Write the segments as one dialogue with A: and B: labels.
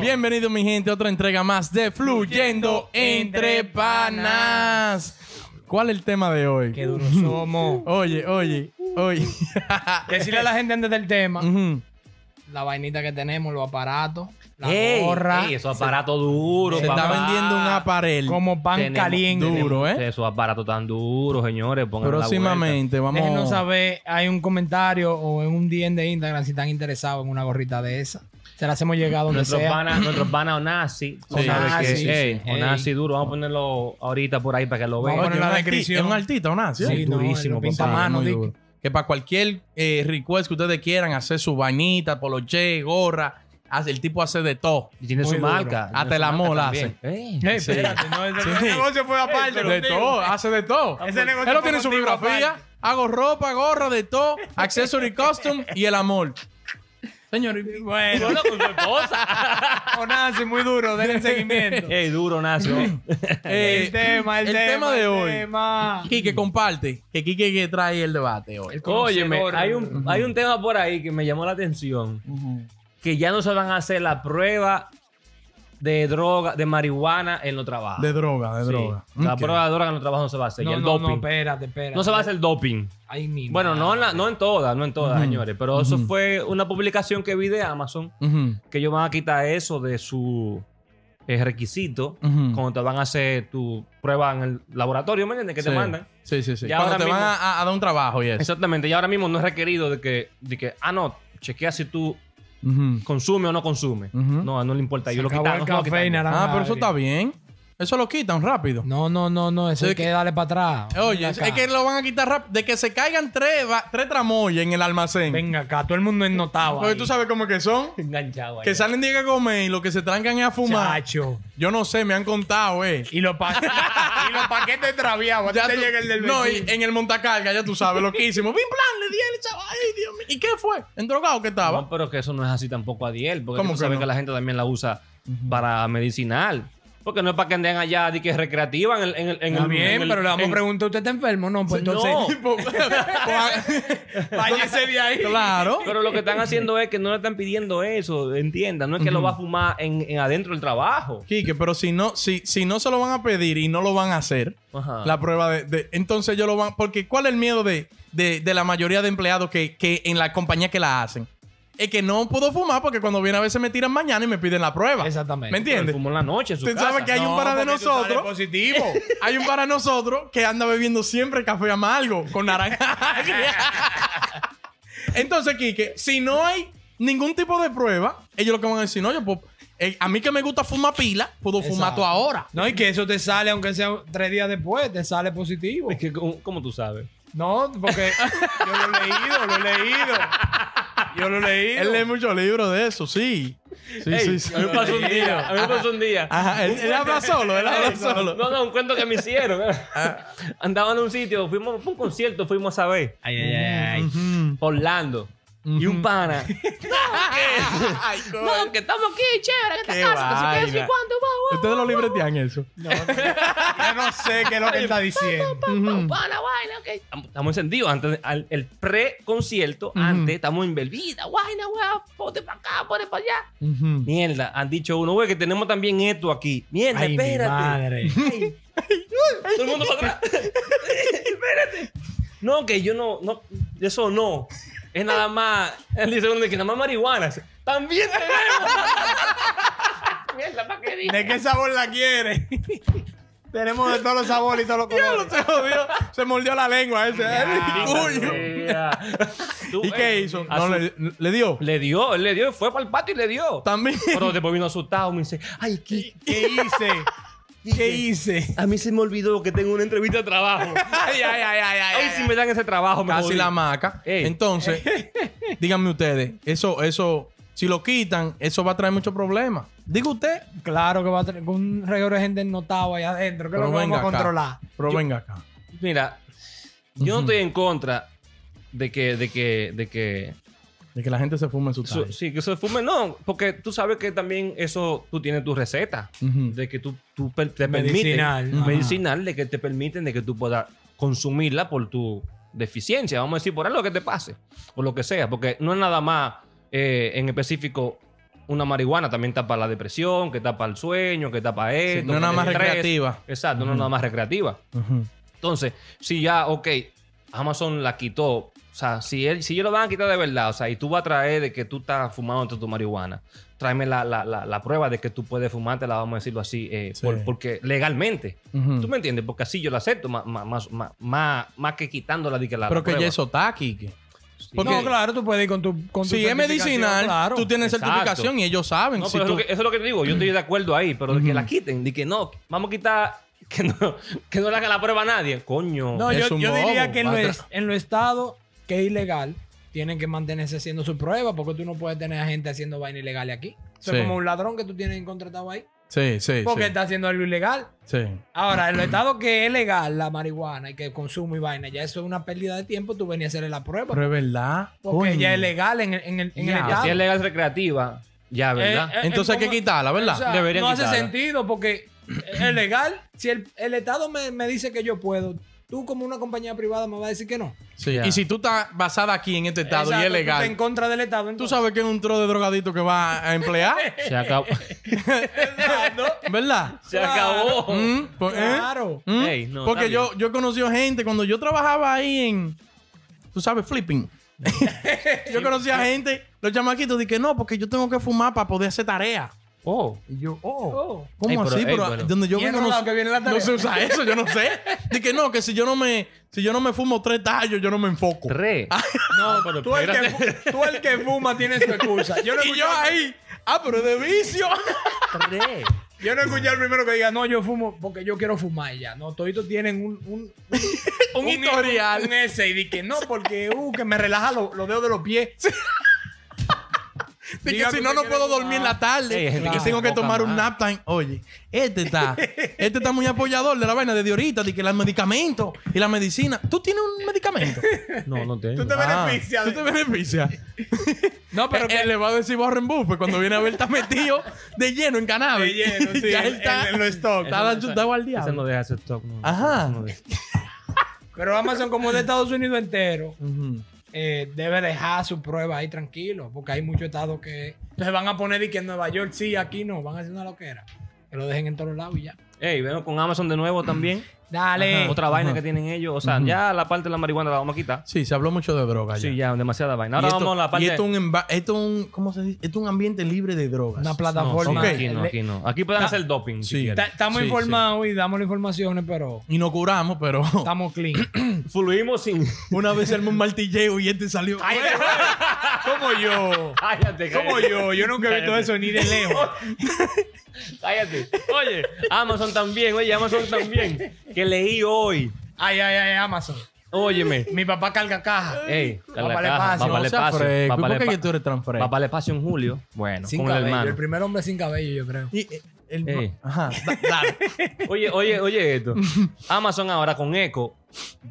A: Bienvenido mi gente a otra entrega más de Fluyendo Entre Panas. ¿Cuál es el tema de hoy?
B: Qué duros somos. Ah,
A: Oye, oye, oye.
B: Decirle a la gente antes del tema
A: Ujú.
B: la vainita que tenemos, los aparatos, la
C: Ey,
B: gorra,
C: ey, esos aparatos duros,
A: Se está
C: papá.
A: vendiendo un aparel.
B: como pan
C: Tenemos
B: caliente.
A: duro, ¿eh?
C: Esos aparatos tan duros, señores. Pónganle la
A: Próximamente vamos
B: Déjenos saber, hay un comentario o en un DM de Instagram si están interesados en una gorrita de esa. Se las hemos llegado donde
C: vuelta. Nuestros
B: sea.
C: panas, nuestros panas Onasi. tú
A: Sí.
C: sabes
B: Onasi,
C: que,
B: sí,
C: ey,
B: sí.
C: Onasi duro. Vamos a ponerlo ahorita por ahí para que lo
A: Oye,
B: Vamos a
C: vean.
B: poner
A: un
B: la
A: arti-
B: descripción.
A: Es un artista, ¿no? Sí,
C: Sí,
B: Sí, no,
C: durísimo,
B: el
C: papá.
A: Sí,
B: pintamano,
A: muy
B: Dick.
A: duro. Que para cualquier eh, request que ustedes quieran, hacer su bañita, poloche, gorra, hace- el tipo hace de todo.
C: Y tiene
B: Muy
C: su
B: duro.
C: marca. tiene
A: Hasta
C: su
A: la
C: marca
A: mola
C: también. Ey.
B: Ey, espérate, no, ese
A: Sí.
B: negocio fue aparte.
A: De
B: contigo.
A: todo, hace de todo.
B: Ese negocio
A: Él no
B: fue
A: tiene su
B: contigo
A: biografía.
B: aparte.
A: Hago ropa, gorra, de todo, accessory custom y el amor. Señor, y-
B: Bueno,
C: Bueno, con su esposa.
B: Onasi, muy duro, denle seguimiento.
C: Ey, duro Onasi.
A: eh,
B: el tema, el,
A: el tema de hoy.
B: tema.
A: Quique comparte, que Quique que trae el debate hoy.
C: Óyeme, hay un, hay un tema por ahí que me llamó la atención. Que ya no se van a hacer la prueba de droga, de marihuana en los trabajos.
A: De droga, de
C: Sí.
A: droga.
C: La
A: Ok.
C: prueba de droga en los trabajos no se va a hacer.
B: No,
C: y el
B: no, no,
C: doping. No,
B: espérate, espérate.
C: se va a hacer doping.
B: Ay, mi
C: Bueno, no en,
B: pues.
C: la- no en todas, no en todas, señores. Pero eso fue una publicación que vi de Amazon.
A: Ujú,
C: Que ellos van a quitar eso de su eh, requisito.
A: ujú.
C: Cuando te van a hacer tu prueba en el laboratorio, ¿me entiendes? Que te
A: Sí.
C: mandan.
A: Sí, sí, sí.
C: Ya
A: Cuando
C: ahora
A: te van
C: mismo-
A: a, a dar un trabajo y eso.
C: Exactamente. Y ahora mismo no es requerido de que, de que ah, no, chequea si tú
A: Ujú.
C: consume o no consume.
A: Ujú.
C: No, no le importa. Yo lo
B: Acabó
C: quitamos.
B: el
C: no lo
B: café y
C: quitamos.
B: naranja.
A: Ah, pero eso está
B: agria.
A: bien. Eso lo quitan rápido.
B: No, no, no, no, eso
A: Sí,
B: hay que
A: que-
B: darle para atrás.
A: Oye,
B: Venga
A: es
B: acá.
A: que lo van a quitar rápido. De que se caigan tres, va- tres tramoyas en el almacén.
B: Venga acá, todo el mundo es notado.
A: Porque tú sabes cómo que son.
C: Enganchado ahí.
A: Que salen de que a comer y lo que se trancan es a fumar.
B: Chacho.
A: Yo no sé, me han contado, eh.
B: Y los, pa- y los paquetes traviados.
A: Ya
B: Ya te
A: tú-
B: llega el del
A: no, y eh,
B: vecino.
A: en el montacarga, ya tú sabes, lo que hicimos. Pim plan, le di al chaval. Ay, Dios mío. ¿Y qué fue? ¿En drogado que estaba?
C: No, pero que eso no es así tampoco a Diel, porque
A: ¿Cómo
C: tú
A: que
C: sabes
A: no?
C: que la gente también la usa para medicinal. Porque no es para que anden allá de que es recreativa en el. En el, en
B: Está
C: el- en
B: bien,
C: el-
B: pero le vamos
C: en-
B: a preguntar, ¿usted está enfermo? No, pues
C: No.
B: entonces.
A: Pues, pues,
B: Váyase de ahí.
A: claro.
C: Pero lo que están haciendo es que no le están pidiendo eso, entiendan. No es que lo va a fumar en, en adentro del trabajo.
A: Quique, pero si no, si, si no se lo van a pedir y no lo van a hacer,
C: Ajá.
A: la prueba de, de- Entonces ellos lo van. Porque, ¿cuál es el miedo de, de- de la mayoría de empleados que, que en la compañía que la hacen? Es que no puedo fumar porque cuando viene a veces me tiran mañana y me piden la prueba.
B: Exactamente.
A: ¿Me
C: Pero él
A: entiendes?
C: fumó en la noche. En su
A: Usted
C: casa.
A: sabe que hay un para de nosotros.
B: positivo.
A: Hay un para nosotros que anda bebiendo siempre café amargo con naranja. agria. Entonces, Quique, si no hay ningún tipo de prueba, ellos lo que van a decir, no, yo puedo- eh, a mí que me gusta fumar pila, puedo fumar tú
B: Exacto.
A: ahora.
B: No, y que eso te sale, aunque sea tres días después, te sale positivo.
C: Es que, ¿cómo, cómo tú sabes?
B: No, porque yo lo he leído, lo he leído. Yo lo he leído.
A: Él lee muchos libros de eso, sí. Sí,
C: Ey,
A: sí, sí.
C: A mí me pasó un día. A mí me pasó un día.
A: Ajá, él, él habla solo, él habla solo. Ah.
C: No, no, un cuento que me hicieron. Andaba en un sitio, fuimos, fue un concierto, fuimos a ver.
B: Ay, ay, ay.
A: Ujú.
C: Orlando. Y un pana.
A: Ay,
C: No, que estamos aquí, chévere, que
A: Qué
C: te casas, que si
A: vaina.
C: qué, cuándo,
A: Ustedes lo libretean eso.
B: Yo no sé qué es lo que él está diciendo.
C: guau, guau, pana, vaina, ok. Estamos- Estamos encendidos antes, de- al- el pre-concierto, antes, estamos en bebida, vaina, guau, ponte para acá, ponte para allá.
A: Ujú.
C: Mierda, han dicho uno, güey, que tenemos también esto aquí. Mierda,
B: Ay, mi
C: espérate.
B: madre.
C: Ay. Todo el mundo para atrás. espérate. No, que yo no, no, eso no. Es nada más, él dice uno de que nada más marihuana. También tenemos. Mierda, ¿para qué dije?
B: ¿De qué sabor la quiere? Tenemos de todos los sabores y todos los colores.
A: Se jodió, se mordió la lengua ese. Uy.
C: Tú,
A: ¿Y qué
C: eh,
A: hizo?
C: a
A: No,
C: su-
A: le, le dio.
C: le dio, él le dio, fue para el patio y le dio.
A: También.
C: Pero después vino asustado, me dice, ay, ¿qué?
B: ¿Qué hice? ¿Qué hice?
C: A mí se me olvidó que tengo una entrevista de trabajo.
A: Ay, ay, ay, ay, ay,
C: Ay,
A: ay,
C: si me dan ese trabajo, me
A: Casi
C: jodí.
A: la maca.
C: Ey.
A: Entonces, díganme ustedes, eso, eso, si lo quitan, eso va a traer muchos problemas. Digo usted,
B: Claro que va a tener un reguero de gente notado allá adentro. que lo que vamos a controlar?
A: Pero
C: Yo-
A: venga acá.
C: Mira, yo no estoy en contra de que, de que, de que,
A: De que la gente se fume su
C: su-
A: tabaco.
C: sí, que se fume, no, porque tú sabes que también eso, tú tienes tu receta,
A: Ujú.
C: de que tú, tú per- te
B: Medicinal,
C: permiten,
B: ajá.
C: medicinal, de que te permiten de que tú puedas consumirla por tu deficiencia, vamos a decir, por algo que te pase, o lo que sea, porque no es nada más eh, en específico una marihuana también tapa la depresión, que tapa el sueño, que tapa esto.
A: no
C: que
A: nada
C: el
A: más
C: estrés.
A: recreativa.
C: Exacto, no nada más recreativa. Entonces, si ya, ok, Amazon la quitó. O sea, si, él, si ellos lo van a quitar de verdad, o sea, y tú vas a traer de que tú estás fumando tu marihuana, tráeme la, la, la, la prueba de que tú puedes fumarte, la vamos a decirlo así, eh,
A: Sí.
C: por- porque legalmente.
A: Ujú.
C: ¿Tú me entiendes? Porque así yo la acepto, más, más, más, más, más- más que quitándola de que la
A: Pero que
C: prueba.
A: ya eso está, Kike.
C: Sí.
A: porque-
B: No, claro, tú puedes ir con tu. Con tu
A: Si es
B: certificación,
A: medicinal,
B: claro.
A: tú tienes
C: Exacto.
A: certificación y ellos saben.
C: No,
A: si
C: pero
A: tú-
C: es lo que- eso es lo que te digo. Yo estoy de acuerdo ahí, pero de que la quiten, de que no, vamos a quitar que no, que no le haga la prueba a nadie. Coño.
B: No,
A: Es
B: yo,
A: un
B: yo diría
A: bobo,
B: que en lo,
C: va a tra-
B: es- en lo estado que es ilegal, tienen que mantenerse haciendo su prueba porque tú no puedes tener a gente haciendo vaina ilegal aquí. Eso
A: Sí.
B: es como un ladrón que tú tienes contratado ahí
A: Sí, sí,
B: porque
A: sí.
B: está haciendo algo ilegal.
A: Sí.
B: Ahora, en lo estado que es legal la marihuana y que consumo y vaina, ya eso es una pérdida de tiempo, tú venías a hacerle la prueba.
A: Pero es verdad.
B: Porque
A: coño.
B: ya es legal en el, en el, en el
A: Ya,
B: estado.
C: Ah, Si es legal recreativa, ya, ¿verdad?
B: Eh, eh,
A: Entonces hay que
B: como-
A: quitarla, ¿verdad?
B: o sea,
C: Deberían
B: no hace
C: quitarla.
B: sentido porque es legal. Si el, el Estado me, me dice que yo puedo, tú como una compañía privada me vas a decir que no.
A: Sí.
C: Ya.
A: Y si tú estás basada aquí en este estado
B: Exacto,
A: y es
B: tú estás en
A: legal,
B: contra del Estado.
A: tú
B: entonces.
A: sabes que es un tro de drogadito que va a emplear,
C: Se acabó.
B: Exacto.
A: ¿verdad?
C: eh, Se acabó.
A: Mm, pues, ¿eh?
B: Claro.
A: Mm,
C: Oh, Ey, no,
A: Porque
C: está
A: yo, yo he conocido gente cuando yo trabajaba ahí en, tú sabes, flipping. yo conocía gente, los chamaquitos, de que no, porque yo tengo que fumar para poder hacer tarea.
C: Oh.
A: Y yo,
B: Oh.
A: ¿Cómo
C: Ey, pero-
A: así?
C: ey,
A: pero
C: bueno.
A: donde yo
B: Y
A: vengo
B: enrolado
A: no,
B: que viene la
A: no
B: tarea.
A: se usa eso, yo no sé. De que no, que si yo no me, si yo no me fumo tres tallos, yo no me enfoco.
C: Re.
B: No,
C: Ah, pero
B: tú, el que,
C: espérate.
B: fu- tú el que fuma tiene su excusa. Yo no
A: Y yo
B: escuché-
A: ahí, ah, pero de vicio.
C: Re.
B: Yo no escuché al primero que diga, no, yo fumo porque yo quiero fumar y ya. No, toditos tienen un, un,
A: Un historial.
B: Un, un essay de que no, porque uh, que me relaja lo- los dedos de los pies.
A: De que
B: Diga
A: si
B: que
A: no,
B: usted
A: no
B: quiere
A: puedo
B: fumar.
A: dormir en la tarde.
C: Ey, hay gente
A: que
C: que se
A: tengo que
C: enfoca
A: tomar un nap
C: más.
A: time. Oye, este está, este está muy apoyador de la vaina de Diorita, de que los medicamentos y la medicina. ¿Tú tienes un medicamento?
C: No, no tengo.
B: te-
A: Ah.
B: beneficias
A: ¿Tú
B: de-
A: te beneficias?
B: No, pero
A: él,
B: que-
A: él le va a decir Warren Buffett cuando viene a ver, está metido de lleno en cannabis.
B: De lleno, sí,
A: ya
B: en-
A: él está.
B: en- en lo stock.
A: Está ayudado al diablo.
C: Ah, Ese no deja ese stock. no.
A: Ajá.
C: Ese no deja.
B: Pero Amazon, como es de Estados Unidos entero,
A: Ujú.
B: eh, debe dejar su prueba ahí tranquilo, porque hay muchos estados que se van a poner y que en Nueva York sí, aquí no, van a hacer una loquera. Que lo dejen en todos lados y ya.
C: Ey, vengo con Amazon de nuevo también.
B: Dale.
C: Otra vaina que tienen ellos. O sea, ya la parte de la marihuana la vamos a quitar.
A: Sí, se habló mucho de droga.
C: Sí,
A: Ah, ya.
C: ya, demasiada
A: y
C: vaina. Ahora
A: esto,
C: vamos a la parte.
A: y esto, es un emba- esto es un, ¿cómo se dice? Esto es un ambiente libre de drogas.
B: Una
C: No, sí,
B: plataforma.
A: Ok.
C: aquí no, aquí no. Aquí pueden hacer
A: sí.
C: doping. Si quieren.
B: Ta- Estamos
A: Sí,
B: informados y damos las informaciones, pero
A: Y no curamos, pero
B: estamos clean.
C: Fluimos sin.
A: una vez se armó un martilleo y este salió.
B: como yo.
C: Cállate,
B: Como
C: cállate.
B: yo. Yo nunca he visto
C: Cállate.
B: eso ni de lejos.
C: Cállate. Oye, Amazon también, oye, Amazon también. Que leí hoy.
B: Ay, ay, ay, Amazon.
C: Óyeme.
B: Mi papá carga caja.
C: Ey,
B: Papá
C: la
B: le
C: caja,
B: pasa,
C: papá
A: no
C: le
A: sea
C: pasa,
A: fresco. ¿Y
C: papá
A: por
C: le
A: qué
C: pa-
A: que tú eres tan fresco?
C: Papá le pasa en julio. Bueno,
B: Sin
C: con el
B: cabello.
C: hermano.
B: El primer hombre sin cabello, yo creo.
A: Y, eh, el-
C: Ey.
A: Ajá, da- dale.
C: Oye, oye, oye esto. Amazon ahora con Echo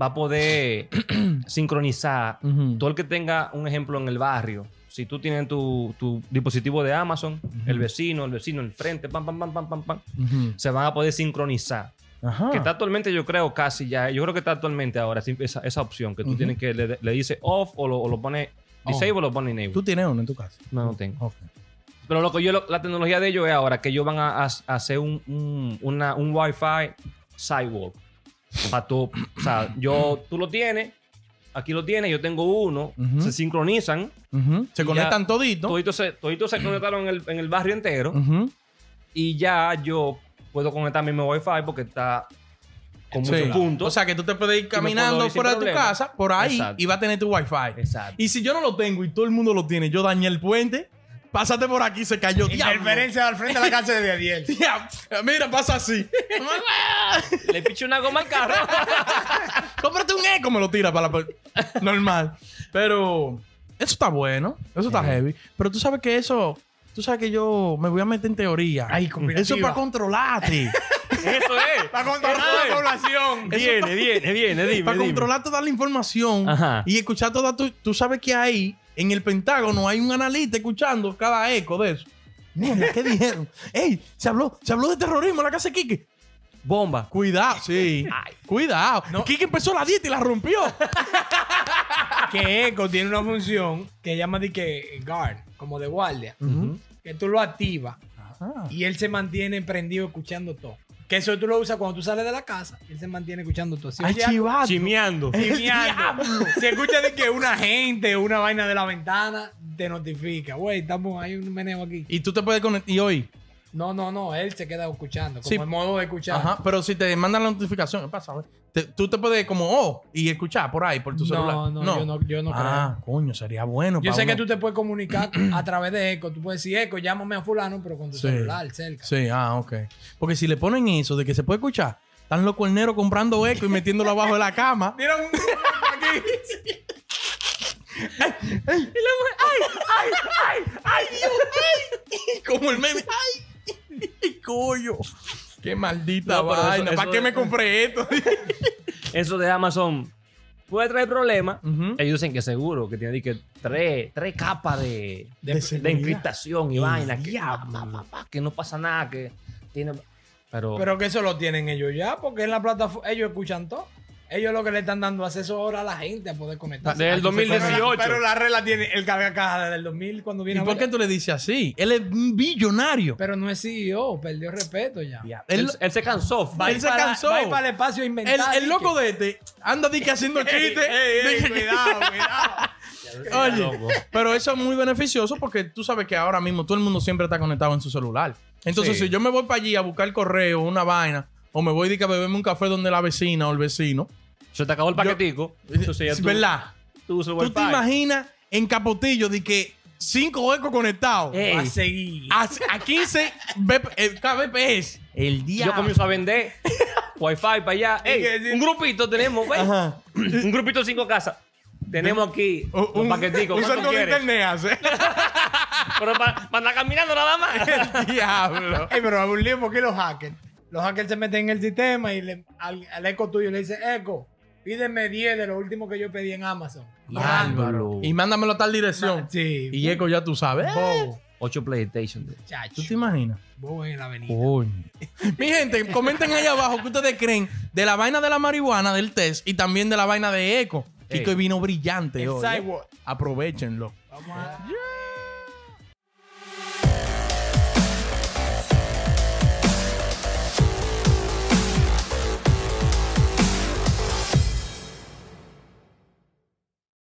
C: va a poder sincronizar
A: Ujú.
C: todo el que tenga un ejemplo en el barrio. Si tú tienes tu, tu dispositivo de Amazon, el vecino, el vecino, el frente, pam, pam, pam, pam, pam, pam,
A: Ujú.
C: se van a poder sincronizar.
A: Ajá.
C: Que está actualmente, yo creo, casi ya. Yo creo que está actualmente ahora sí, esa, esa opción que tú tienes que le, le dice off o lo, o lo pone disable o lo pone enable.
A: Tú tienes uno en tu casa.
C: No, no tengo.
A: Ok.
C: Pero lo que yo, lo- la tecnología de ellos es ahora que ellos van a, a- a hacer un, un, una, un Wi-Fi sidewalk. Para tú, o sea, yo, tú lo tienes, aquí lo tienes, yo tengo uno,
A: Ujú.
C: se sincronizan,
A: Ujú. Se
C: Y
A: conectan
C: ya-
A: todito.
C: toditos se, toditos se conectaron en el, en el barrio entero
A: Ujú.
C: y ya yo puedo conectar mi Wi-Fi porque está con
A: Sí.
C: muchos puntos.
A: O sea, que tú te puedes ir
C: puedo
A: caminando
C: ir sin
A: fuera de tu
C: problema.
A: casa, por ahí,
C: Exacto.
A: y va a tener tu wifi.
C: Exacto.
A: Y si yo no lo tengo y todo el mundo lo tiene, yo dañé el puente, pásate por aquí, se cayó. diablo.
B: Interferencia al frente de la casa de Adiel.
A: Diablo. Mira, pasa así.
C: Le piché una goma al carro.
A: Cómprate un eco, me lo tira para la per- normal. Pero eso está bueno, eso está heavy. Pero tú sabes que eso, tú sabes que yo me voy a meter en teoría.
B: Ay,
A: eso
B: combinativa.
A: es para controlarte,
C: Eso es.
B: Para controlar
C: Eso
B: a la
C: es.
B: población.
C: Viene, viene, viene, dime.
A: para
C: dime.
A: controlar toda la información
C: Ajá.
A: y escuchar toda tu. Tú sabes que ahí en el Pentágono hay un analista escuchando cada eco de eso. Mierda, ¿qué dijeron? ¡Ey! Se habló, se habló de terrorismo en la casa de Quique.
C: Bomba.
A: Cuidado, sí. Cuidado. Quique empezó la dieta y la rompió.
B: Que Echo tiene una función que llama de que guard, como de guardia. que tú lo activas
A: Ajá.
B: y él se mantiene prendido escuchando todo. Que eso tú lo usas cuando tú sales de la casa, él se mantiene escuchando todo. Si
A: Ay,
B: oye
A: chivato.
C: Chimeando.
B: algo, chimiando, si escucha de que una gente, una vaina de la ventana, te notifica. Güey, estamos, hay un meneo aquí.
A: Y tú te puedes conectar. Y hoy.
B: No, no, no, él se queda escuchando, como
A: Sí.
B: en modo de escuchar.
A: Ajá. Pero si te mandan la notificación, ¿qué pasa? güey? Te- tú te puedes como, oh, y escuchar por ahí, por tu
B: No,
A: celular.
B: no, yo no- yo no
A: Ah, coño, sería bueno.
B: Yo
A: pa'
B: sé que
A: uno-
B: tú te puedes comunicar a través de Eco. Tú puedes decir, Eco, llámame a fulano, pero con tu
A: Sí.
B: celular cerca.
A: Sí, ah, ok. Porque si le ponen eso de que se puede escuchar, están los cuerneros comprando eco y metiéndolo abajo de la cama.
B: Mira un... aquí.
A: Como el meme. ¡Ay! ¡Coño! ¡Qué maldita
C: No, pero eso-
A: vaina!
C: eso-
A: ¿Para qué me compré esto?
C: Eso de Amazon puede traer problemas.
A: Ujú.
C: Ellos dicen que seguro, que tiene de que tres, tres capas de,
A: De
C: de, de
A: seguridad.
C: encriptación y
A: El
C: vaina. Que,
A: diablo.
C: pa, pa, pa, que no pasa nada, que tiene... Pero,
B: Pero que eso lo tienen ellos ya, porque en la plataforma ellos escuchan todo. Ellos lo que le están dando acceso ahora a la gente a poder conectarse.
C: Del
B: Aquí se
C: 2018.
B: conecta. Pero la red la tiene el carga caja desde el 2000 cuando
A: ¿Y
B: viene a
A: por
B: ver.
A: qué tú le dices así? Él es un billonario.
B: Pero no es CEO, perdió respeto ya.
C: Ya,
A: Él-
C: él, él se cansó.
A: Va-
B: Él se cansó. Va a ir para el espacio a
A: El,
B: inventar.
A: el loco de este anda di que haciendo chistes. Di que-
B: cuidado, cuidado.
A: Oye, pero eso es muy beneficioso porque tú sabes que ahora mismo todo el mundo siempre está conectado en su celular. Entonces,
C: Sí.
A: si yo me voy para allí a buscar correo, una vaina, o me voy di que a beberme un café donde la vecina o el vecino,
C: Se te acabó el paquetico. Entonces ya
A: es
C: tú-
A: ¿verdad?
C: Tú usas
A: ¿Tú te
C: Wi-Fi.
A: imaginas en Capotillo de que cinco ecos conectados
C: Ey.
B: Va a seguir.
A: a, a 15 B- eh, kbps? El día.
C: Yo comienzo a vender Wi-Fi para allá. Ey,
B: que decir-
C: un grupito tenemos, güey.
A: Ajá.
C: Un grupito de cinco casas. Tenemos aquí un paquetico.
A: Un
C: ¿Cuánto
A: salto de
C: quieres?
A: internet hace.
C: Pero para andar caminando nada más.
A: El diablo.
B: Ey, pero aburrido, ¿por qué los hackers? Los hackers se meten en el sistema y le- al, al eco tuyo le dice, eco, pídeme 10 de lo último que yo pedí en Amazon. Y
C: Bárbaro.
A: Y mándamelo a tal
B: anda-
A: dirección.
B: Sí.
A: Y eco ya tú sabes.
B: Bobo.
C: Ocho PlayStation.
B: Chacho.
A: ¿Tú te imaginas?
B: Bobo en la avenida.
A: Coño. Mi gente, comenten ahí abajo qué ustedes creen de la vaina de la marihuana, del test y también de la vaina de eco.
C: Ey.
A: Kiko vino brillante
B: El
A: hoy. ¿eh?
B: sidewalk.
A: Aprovechenlo.
B: Vamos a-